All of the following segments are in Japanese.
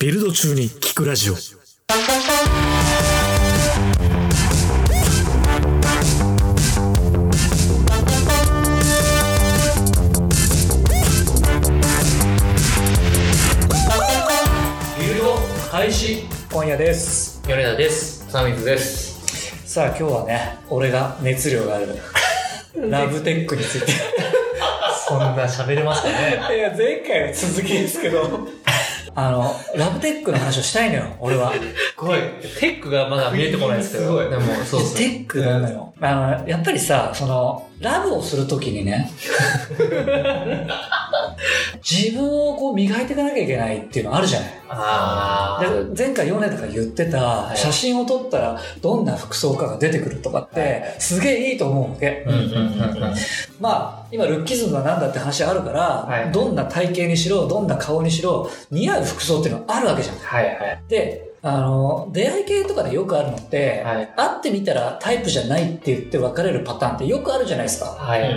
ビルド中に聞くラジオ。ビルド開始今夜です。米田ですサミズですさあ今日はね、俺が熱量がある。 ラブテックについて。そんな喋れますかね いや、前回の続きですけ ど。あの、ラブテックの話をしたいのよ、俺は。すごいテックがまだ見えてこないですけどすごいでもそうそうテックなのよ。あの、やっぱりさ、その、ラブをするときに ね、自分をこう磨いていかなきゃいけないっていうのあるじゃない。ああで前回米田が言ってたい写真を撮ったらどんな服装かが出てくるとかって、すげえいいと思うわけ、うんうんうんうんまあ今ルッキズムは何だって話あるから、はいどんな体型にしろどんな顔にしろ似合う服装っていうのはあるわけじゃんはいはいであの出会い系とかでよくあるのって、はい会ってみたらタイプじゃないって言って別れるパターンってよくあるじゃないですかはいは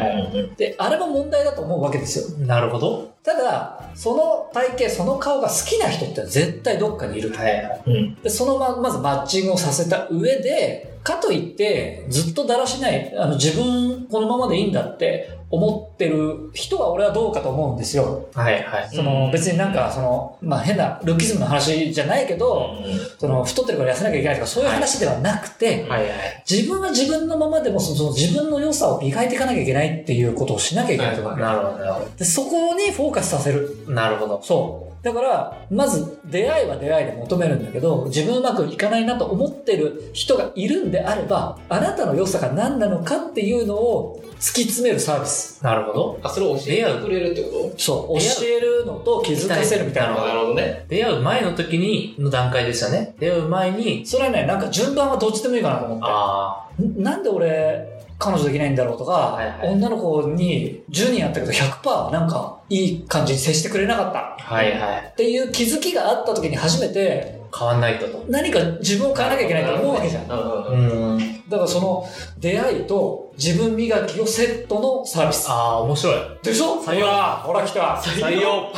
であれも問題だと思うわけですよいなるほどただその体型その顔が好きな人って絶対どっかにいるとはいはいでそのままずマッチングをさせた上でかといってずっとだらしないあの自分このままでいいんだって思ってる人は俺はどうかと思うんですよはいはいその別になんかその、まあ、変なルッキズムの話じゃないけどその太ってるから痩せなきゃいけないとかそういう話ではなくて、はいはい自分は自分のままでもそのその自分の良さを磨いていかなきゃいけないっていうことをしなきゃいけないとか、なるほどなるほでそこにフォーカスさせるどなるほどそう。だから、まず出会いは出会いで求めるんだけど、自分うまくいかないなと思ってる人がいるんであれば、あなたの良さが何なのかっていうのを突き詰めるサービス。なるほどあ、それを教えてくれるってこそう。出教えるのと気づかせるみたいとなの出会いのが。なるほどね。出会う前の時にの段階でしたね出会う前にそれはね、なんか順番はどっちでもいいかなと思っあて。んなんで俺、彼女できないんだろうとか、いはい女の子に10人やったけど100%なんかいい感じに接してくれなかったあはいはいっていう気づきがあった時に初めて変わんないとと何か自分を変えなきゃいけないと思うわけじゃん。うんうん。うんだからその出会いと自分磨きをセットのサービス。ああ面白いでしょほ採用ら、ほら来た。採用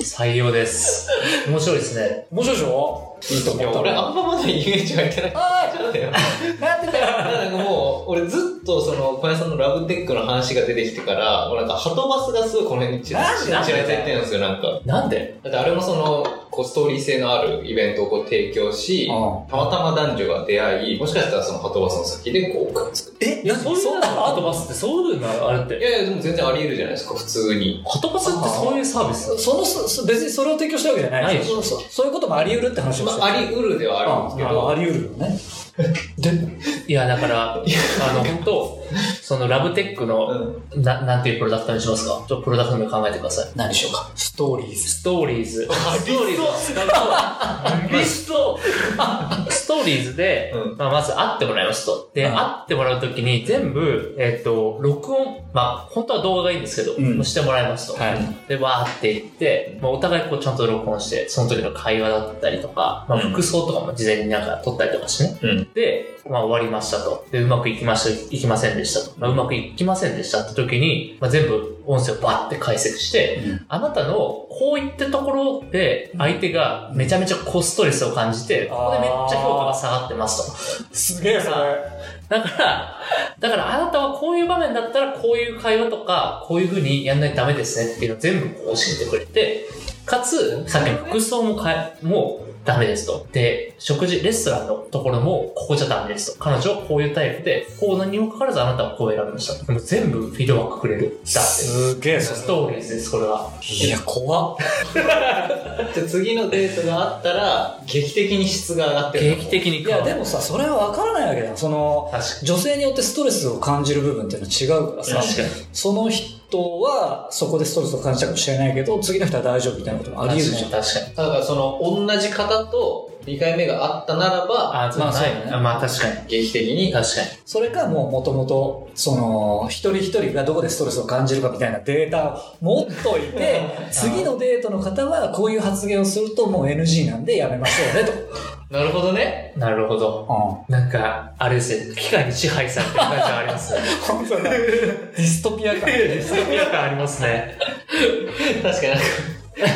採用です面白いですね面白いでしょいいとい思や、った俺あんままだ遊園地は行ってない。あなんだよ。ーいなんでだよ。なんかもう、俺ずっとその、小屋さんのラブテックの話が出てきてから、もうなんか、ハトバスがすごいこの辺に散らなんでなんで散られてってるんですよ、なんか。なんでだってあれもその、こう、ストーリー性のあるイベントをこう提供し、たまたま男女が出会い、もしかしたらその、ハトバスの先でこう、くっつく。え、いや何そういうそんのなハトバスってそういうのあれっいてやいや、でも全然あり得るじゃないですか、普通に。ハトバスってそういうサービスそのそそ別にそれを提供したわけじゃないないででししょそうそうそういうこともあり得るって話をましてあ、あり得るではあるんですけああど、り得るよねでいやだからあの本当そのラブテックうのんななんていうプロダクトにしますかちょっとプロダクト名考えてください何でしょうかストーリーズストーリーズストーリーズリストストーリーズで、うんまあ、まず会ってもらいますとで、うん会ってもらうときに全部、えっと録音まあ本当は動画がいいんですけど、うんしてもらいますと、はいで、わーって行って、まあ、お互いこうちゃんと録音して、その時の会話だったりとか、まあ、うん服装とかも事前になんか撮ったりとかしてね。うんで、まあ、終わりましたと。で、うまくいきました、いきませんでしたと。まあ、うまくいきませんでしたって時に、まあ、全部音声をバーって解析して、うんあなたのこういったところで、相手がめちゃめちゃこうストレスを感じて、ここでめっちゃ評価が下がってますと。すげえそれだから、だからあなたはこういう場面だったらこういう会話とか、こういう風にやんないとダメですねっていうのを全部こう教えてくれて、かつ、さっきの服装もかえ、もうダメですと。で、食事、レストランのところもここじゃダメですと。彼女はこういうタイプで、こうにもかかわらずあなたはこう選びましたと。もう全部フィードバックくれる。だって。すげえスそトーリーズです、これは。れいや怖っじゃあ次のデートがあったら劇的に質が上がってる劇的にい変やわでる。もさそれは分からないわけだよその確か女性によってストレスを感じる部分っていうのは違うからに。さ確かに。その人はそこでストレスを感じたかもしれないけど次の人は大丈夫みたいなこともあり得るじゃん確かに。だからその同じ方と2回目があったならばあ、まあ、まあそそううだねね。まあ、確かに。劇的に確かに。それかもうもともとその一人一人がどこでストレスを感じるかみたいなデータを持っとい て次のデートの方はこういう発言をするともう NG なんでやめましょうねと、 なるほどねなるほど。なんか、あれですね、機械に支配されてる感じがありますね。本当だディストピア感ディストピア感ありますね。確かになんか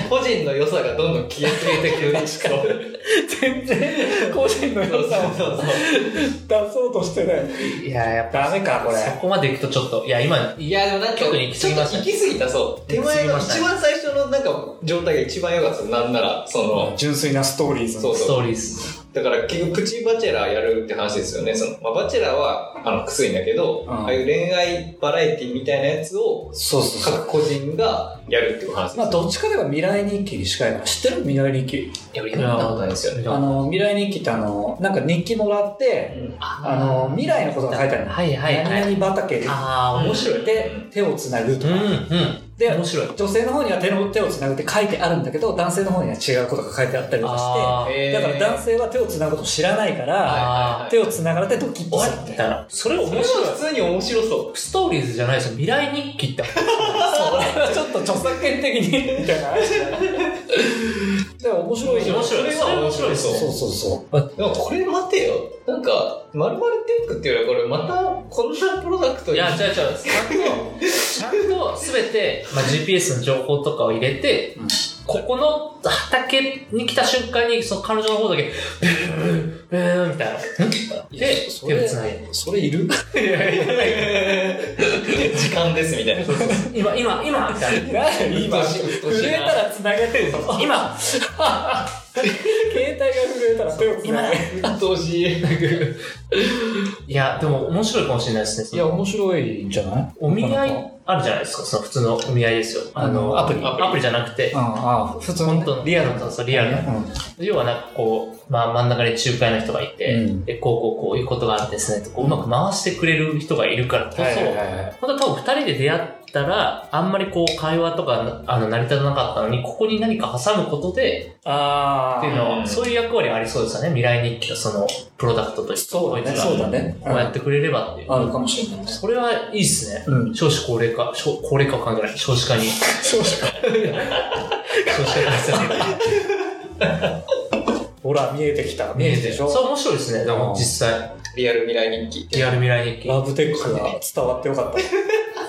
個人の良さがどんどん消えすぎてくる。確かに。全然、個人のそう良さそうをそうそう。出そうとしてない。 いや、やっぱ、ダメか、これ。そこまで行くとちょっと、いや、今、いや、でもなんか、ちょ特っとに行き過ぎました行ねき過ぎた、そう。手前の一番最初のなんか、状態が一番良かった、なんなら、その、純粋なストーリーズそうストそう。ーリーズ。だから、結局、プチバチェラーやるって話ですよね。その、まあ、バチェラーは、あの、くすいんだけど、んああいう恋愛バラエティみたいなやつを、そうそうそう。各個人がやるっていう話です。まあ、どっちかといえば未来日記に近いから、知ってる未来日記。いや、俺読んだことないですよね。あの、未来日記ってあの、なんか日記もらって、あの、未来のことが書いてあるの。はいはいはい。何々畑でああ、面白い。で手をつなぐとうん、か。うん。で、面白い。女性の方には手の手をつなぐって書いてあるんだけど、男性の方には違うことが書いてあったりとかしあーて、だから男性は手をつなぐことを知らないから、あー手をつながれてドキッとするみたいだかな。ら、それ面面白白いい。。普通に面白そう。ストーリーズじゃないですよ。未来日記って。それはちょっと著作権的に、みたいな話だね。 でも面白いよ面白いそれは面白いそそうう。そうそうそう。でもこれ待てよ。なんか、まるまるテックっていうよりはこれまたこんなプロダクトいにや、違う違う。ちゃんと、ちゃんとすべて、まあ、GPS の情報とかを入れて、うんここの畑に来た瞬間に、その彼女の方だけ、ブー、ブーみたいな。で、そ手をれ繋いで。それいる時間ですみたいな。今、今、今みたいな。 今、しい震えたら繋げてるぞ。今、携帯が震えたら手を繋今げだて。うっとうしい。いや、でも面白いかもしれないですね。そいのや、面白いんじゃないお見合なかなかいあるじゃないですか。その普通のお見合いですよ。あうんの、アプリアプリじゃなくてう、ん、ああ、普通のね本当のリアルな、そう、リアルな。要はなんかこう、まあ真ん中で仲介の人がいて、うんで、こうこうこういうことがあってですね、とこううまく回してくれる人がいるからこそ、はいはいはいはい本当は多分二人で出会ったら、あんまりこう会話とかあの成り立たなかったのに、ここに何か挟むことで、あっていうあ、のうは、んそういう役割はありそうですよね。未来日記のその、プロダクトとして、そうだね。こそういつだね。がこうやってくれればっていう。あるかもしれないね。それはいいですね。うん。少子高齢化、少高齢化は関係ない。少子化に。そうし か。少子化ですよね。ほら、見えてきた。見えてきたでしそょう、面白いですね。でも実際、リアル未来日記。リアル未来日記。ラブテックが伝わってよかった。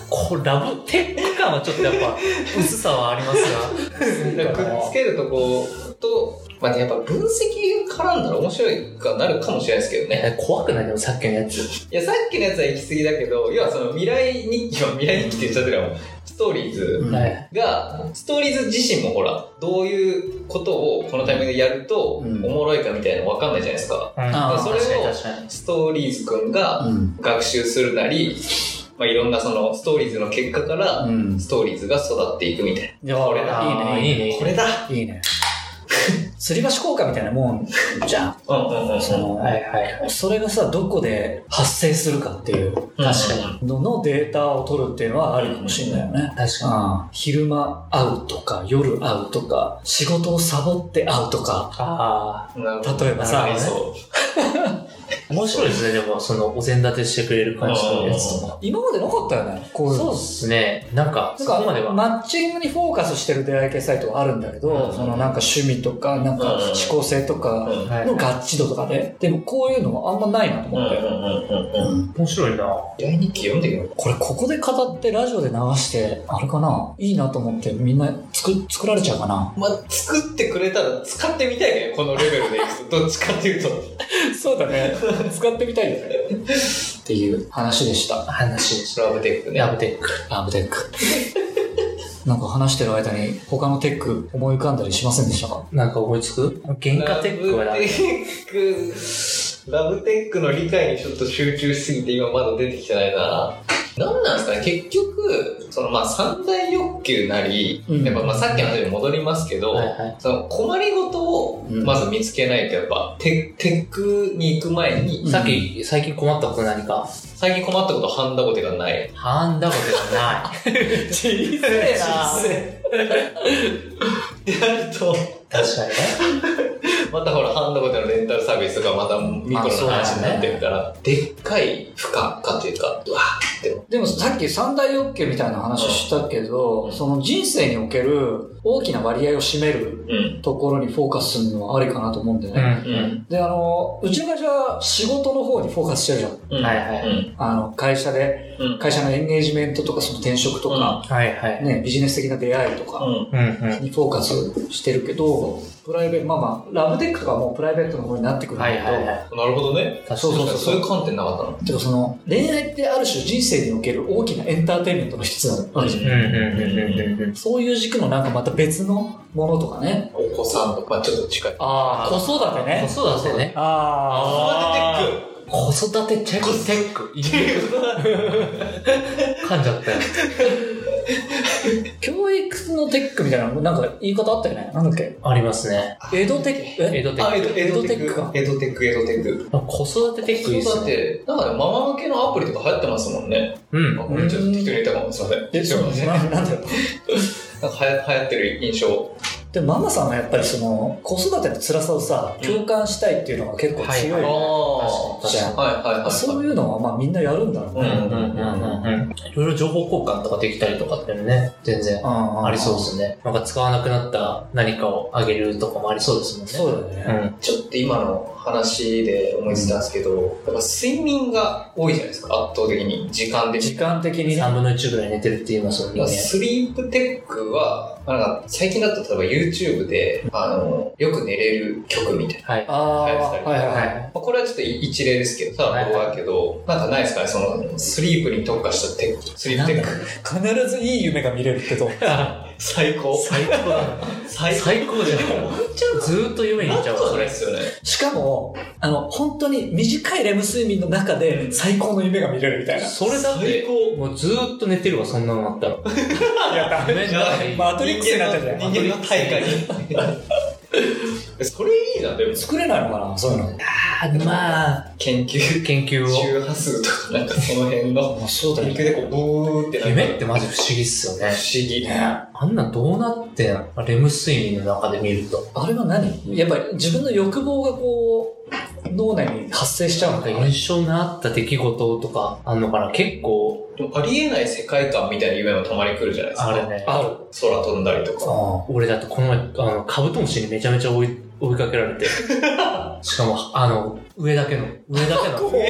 こうラブテック感はちょっとやっぱ薄さはありますがなんかくっつけるとこと、まあねやっぱ分析が絡んだら面白いかなるかもしれないですけどね。 え怖くないでもさっきのやついや、さっきのやつは行き過ぎだけど、要はその未来日記は未来日記って言っちゃってるからもう、ストーリーズうんはいが、ストーリーズ自身もほら、どういうことをこのタイミングでやるとおうんもろいかみたいなの分かんないじゃないですか。あーそれ確かをに確かにストーリーズくんがうん。学習するなり、まあ、いろんなそのストーリーズの結果から、うん。ストーリーズが育っていくみたいいや俺らーいいね、いいね。な。これだいいね。吊り橋効果みたいなもんじゃん。うんうんうん。その、はいはいそれがさ、どこで発生するかっていう確かにののデータを取るっていうのはありかもしれないよね。確かうにん、昼間会うとか夜会うとか仕事をサボって会うとかあに。なるほど例えばさ、なるほどねそあ面白いですねでもそのお膳立てしてくれる感じのやつとか今までなかったよねこういうそうのですねなんかなそんこまでかはマッチングにフォーカスしてる出会い系サイトはあるんだけど、うんそのなんか趣味とかなんかうん思考性とう。うかんはいの合致度とかででもこういうのはあんまないなとうん思って、うんうんうんうん。面白いな未来日記読んでみよう。これここで語ってラジオで流してあれかないいなと思ってみんな作作られちゃうか なまあ、作ってくれたら使ってみたいね、このレベルでいくと。どっちかっていうと。そうだね使ってみたいよね っていう話でした話でしラブテックたね。ラブテックラブテック。なんか話してる間に他のテック思い浮かんだりしませんでしたかなんか思いつく原価テックはラなブテック、ラブテックの理解にちょっと集中しすぎて今まだ出てきてないな。なんなんですかね結局、そのまあ三大欲求なり、うんやっぱまあさっきの話に戻りますけど、はいはいその困りごとをうんまず見つけないとやっぱ、テテックに行く前に、うんさっき最近困ったこと何か最近困ったことハンダゴテがない。はんだことがない 小えなってなると、確かにね。またほらハンダゴテのレンタルサービスがまたミクロの話になってるから、でっかい負荷かというか、うわーって。でもさっき三大欲求みたいな話したけど、うんその人生における大きな割合を占めるうん。ところにフォーカスするのはありかなと思うんだよね。うん。で、あの、うちの会社は仕事の方にフォーカスしてるじゃん。うん。はいはいうん。あの、会社でうん会社のエンゲージメントとか、その転職とか、はいはい。ね、ビジネス的な出会いとかうんうんうん。にフォーカスしてるけど、プライベート、まあまあ、ラブテックとかはもうプライベートの方になってくるんだはけいど、はいはい。なるほどね。そうそうそうそういう観点なかったの。てかその、恋愛ってある種人生における大きなエンターテインメントの一つなわけじゃんうんうんうんうんうん。そういう軸のなんかまた別のものとかね。お子さんとか、まあちょっと近い。ああ子ー育てね。子育てね。ああー育子育てチェック。テック。噛んじゃったよ。あ、教育のテックみたいな、なんか言い方あったよね。なんだっけありますね。江戸テック、え江戸テあ、ッ江戸江江戸戸テテッッククか江戸テック、江戸テック。ク。子育てテックいいっす子育ね。て、なんかね、ママ向けのアプリとか流行ってますもんね。うん。あこれちょっと適当に言ったかも、すいません。え、そうなんね。なんだよ。なんか流行流行ってる印象。でもママさんはやっぱりその、子育ての辛さをさ、うん共感したいっていうのが結構強い。はあいあ確じゃー。はいはいはいはい。そういうのはまあみんなやるんだろううね。んうんうんうん。うん。いろいろ情報交換とかできたりとかってね、全然あありそうですね。なんか使わなくなった何かをあげるとかもありそうですもんね。そうだよね。ん。ちょっと今の話で思いついたんですけど、やっぱ睡眠が多いじゃないですか、圧倒的に。時間的に。時間的にね。 3分の1ぐらい寝てるって言いますもんね。スリープテックは、なんか最近だと例えば YouTube で、あの、よく寝れる曲みたいな。ああ、はい。はいはいはい。まあこれはちょっと一例ですけど、ただ僕はけど、なんかないですかね、その、スリープに特化したテック、スリープテック。必ずいい夢が見れるってどう最高。最高だ。最最高じゃん。 ずーっと夢に行っちゃうわ、高そそれれで。すよね。しかも、あの、本当に短いレム睡眠の中で最高の夢が見れるみたいな。それだって最、高。もうずーっと寝てるわ、そんなのあったら。いや、ダめんなさいマトリックスになっちゃうじゃん。人間の大会に。それいいな、でも。作れないのかなそういうの。あまあ、研究、研究を。周波数とか、なんかその辺の、あ、そうだ研究よでね。こう、ブーってなんか夢ってマジ不思議っすよ不ね。思議。あんなんどうなってんのレム睡眠の中で見ると。あれは何やっぱり自分の欲望がこう、脳内に発生しちゃうなのんかか印象のあった出来事とかあんのかな結構、でもありえない世界観みたいな夢もたまに来るじゃないですか。あるね。ある。空飛んだりとか。あ俺だってこの前、あの、カブトムシにめちゃめちゃ追い、追いかけられて。しかも、あの、上だけの、上だけの。そう怖い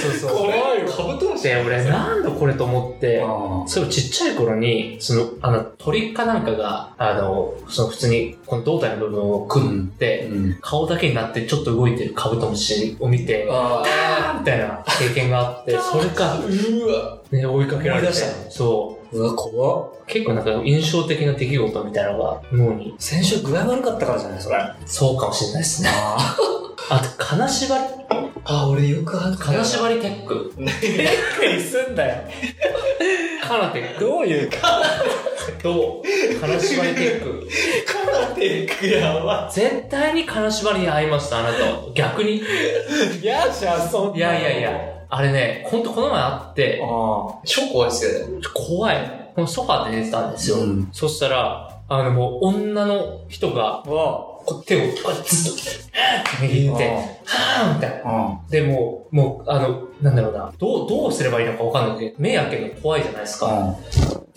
そうそこ怖いれよカブトムう。シで、俺なんだこれと思って、あ。そういえばちっちゃい頃に、その、あの、鳥かなんかが、あの、その普通に、この胴体の部分を食って、うん。顔だけになってちょっと動いてるカブトムシを見て、ああーみたいな経験があって、それか、うわ。ね、追いかけられて思い出した。のそあ。うわ、怖っ。う。結構なんか印象的な出来事みたいなのが脳に、先週具合悪かったからじゃないそれ。あそうかもしれないですね。あ。あと、金縛りあ、俺よくある金縛りテック。びっくりすんだよ。カナテック。どういうどう金縛りテック。カナテックやば絶対に金縛りに会いました、あなたは。逆に。やじゃあ、そんいやいやいや。あれね、ほんとこの前あって、あい。超怖いっすよね。怖い。このソファーで寝てたんですよ。うんそしたら、あのもう女の人が、あ。わこう手をこうやってずっと、えーって握って、はーみたいな。あ。でもう、もう、あの、なんだろうな、どう、どうすればいいのかわかんないけど、目開けるの怖いじゃないですか。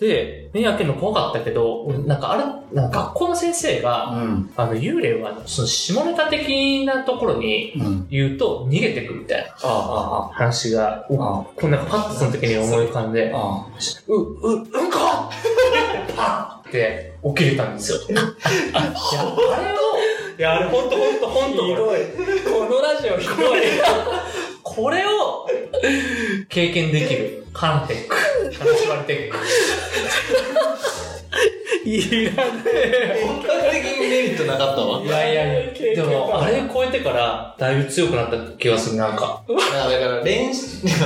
うで、目開けるの怖かったけど、俺なんかあれ、なんか学校の先生が、ん。うん。あの、幽霊は、その下ネタ的なところにうん。言うと逃げてくみたいなああ、話が、ああ。こうなんかパッとその時に思い浮かんで、ああ。う、う、うんこパッって起きれたんですよ。いや、あれを、いや、あれほんとほんとほんと、い。このラジオひどい。これを経験できる。カナテック。カナシバルテック。いらね本格的にメリットなかったわ。いやいやいや、で経験も、だあれ超えてから、だいぶ強くなった気がする、なんか。あだから練習、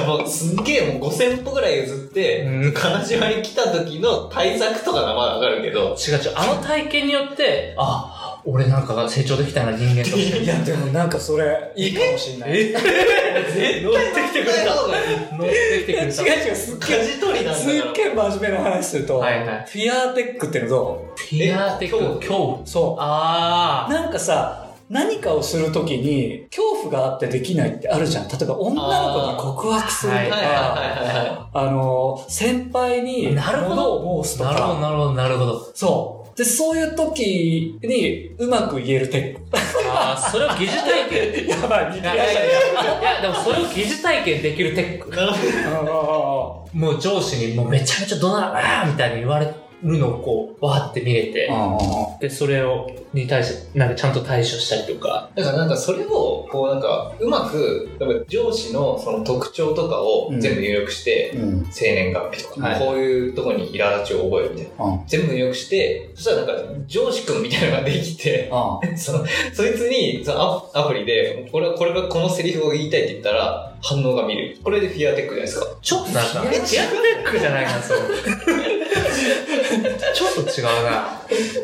もうすっげえもう5000歩ぐらい譲って、うん金縛り来た時の対策とかならまだわかるけど、違う違う。あの体験によって、あ、俺なんかが成長できたな、人間として。いや、でもなんかそれ、いいかもしんない。違う乗ってきてく れた。乗ってきてくれた。違う、すっげえ、舵取りなんだすっげえ真面目な話すると、はいはいフィアーテックってのどピアーテック、恐怖う。そあう。ー。なんかさ、何かをするときに恐怖があってできないってあるじゃん。例えば女の子に告白するあとーはいはいか、はいはいはい。あの、先輩になるほど物を申すとなるほど、か、なるほど、なるほど。そで、そういう時にうまく言えるテああ、それを疑似体ッ験。ク。やばい、いやいやいや、いやでもそれを疑似体験できるテック。なるほどもう上司にもうめちゃめちゃ怒鳴らみたいに言われるのをこう、わーって見れて、で、それを、に対して、なんかちゃんと対処したりとか。だからなんかそれをこうなんかうまく多分上司のその特徴とかを全部入力してうん。生年月日とか、はいこういうとこに苛立ちを覚えるみたいなうん。全部入力してそしたらなんか上司くんみたいなのができてあそのそいつにそのアアプリでこれこれがこのセリフを言いたいって言ったら反応が見るこれでフィアテックじゃないですかちょっとなんか、いやえチアテックじゃないかな、それ。ちょっと違うな。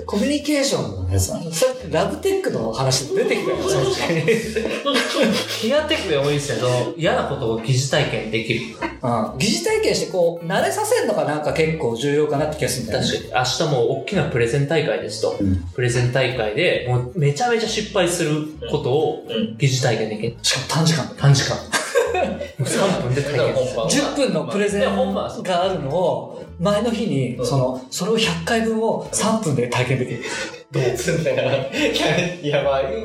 コミュニケーションのやつ。さっきラブテックの話出てきたよ、その時に。ヒアテックでもいいですけど、嫌なことを疑似体験できる。うん。疑似体験してこう、慣れさせるのがなんか結構重要かなって気がするんだよ確ね。かに、明日も大きなプレゼン大会ですと。うんプレゼン大会で、もうめちゃめちゃ失敗することをうん疑似体験できる。しかも短時間。短時間。 もう3分でだ体か験ら本する。番は10分のプレゼンがあるのを、前の日に、その、それを100回分を3分で体験できる。どうすんだよ。いや、まあ、悪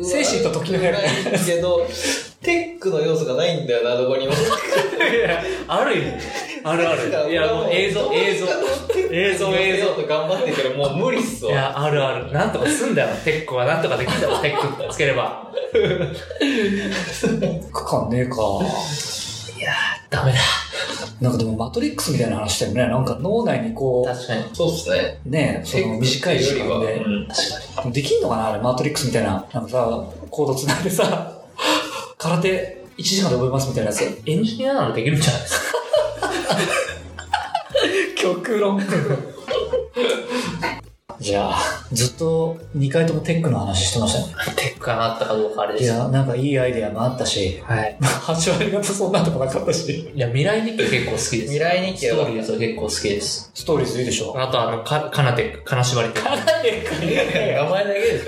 い。精神と時の部屋悪いけど、テックの要素がないんだよな、どこにも。あるよ。あるある。いや、もう映像、映像。映像映像と頑張ってるけど、もう無理っすいわ。や、あるある。なんとかすんだよ。テックはなんとかできんだよ。テックつければ。区間ねえか。ダメだ。なんかでもマトリックスみたいな話だよね。なんか脳内にこ確かに。そうっすね。う、ねえ、その短い時間テでック。よりはうんできんのかなあれ、マトリックスみたいな。なんかさ、コード繋いでさ、 空手1時間で覚えますみたいなやつ。エンジニアならできるんじゃないですか。極 論。じゃあ、ずっと2回ともテックの話してましたね。テックがあったかどうかあれでいすよ。や、なんかいいアイデアもあったし、はい。 8割方そんなとこなかったし。いや、未来日記結構好きです。未来日記スはトーリーズは結構好きです。ストーリーズいいでしょ。あと、あの、か、かなてく、金縛りとか。名前だけでし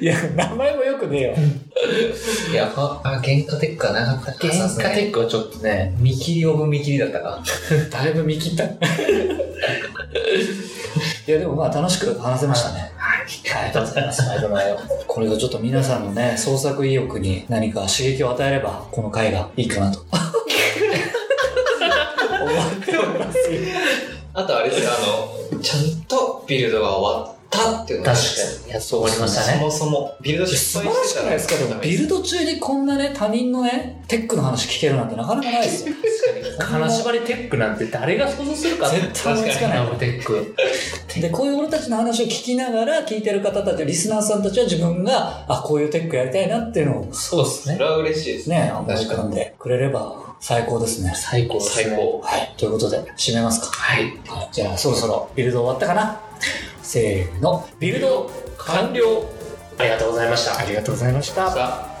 いや、名前もよくねえよ。ょ。いや、あ、あ原価テックはなかった原価テックはちょっとね、見切りオブ見切りだったか。だいぶ見切った。 いや、でもまあ楽しく話せましたね。ありがとうございます。毎度毎度。これがちょっと皆さんのね、創作意欲に何か刺激を与えれば、この回がいいかなと。思っております。あとあれですよ、あの、ちゃんとビルドが終わったっていうのが確かに。いや、そう思いましたそね。もそも、ビルド失素敗晴らししくてないたですかでも、ビルド中にこんなね、他人のね、テックの話聞けるなんてなかなかないですよ。 金縛りテックなんて誰が想像するか。絶対思いつかないラブテック。で、こういう俺たちの話を聞きながら、聞いてる方たち、リスナーさんたちは自分が、あ、こういうテックやりたいなっていうのを、そうですそねれ。は嬉しいですね。ね、確思いかに浮かんでくれれば最高ですね。最高ですね最高。はい。ということで、締めますか。はい。はいじゃあ、そろそろビルド終わったかなせーの。ビルド完了。ありがとうございました。ありがとうございました。さあ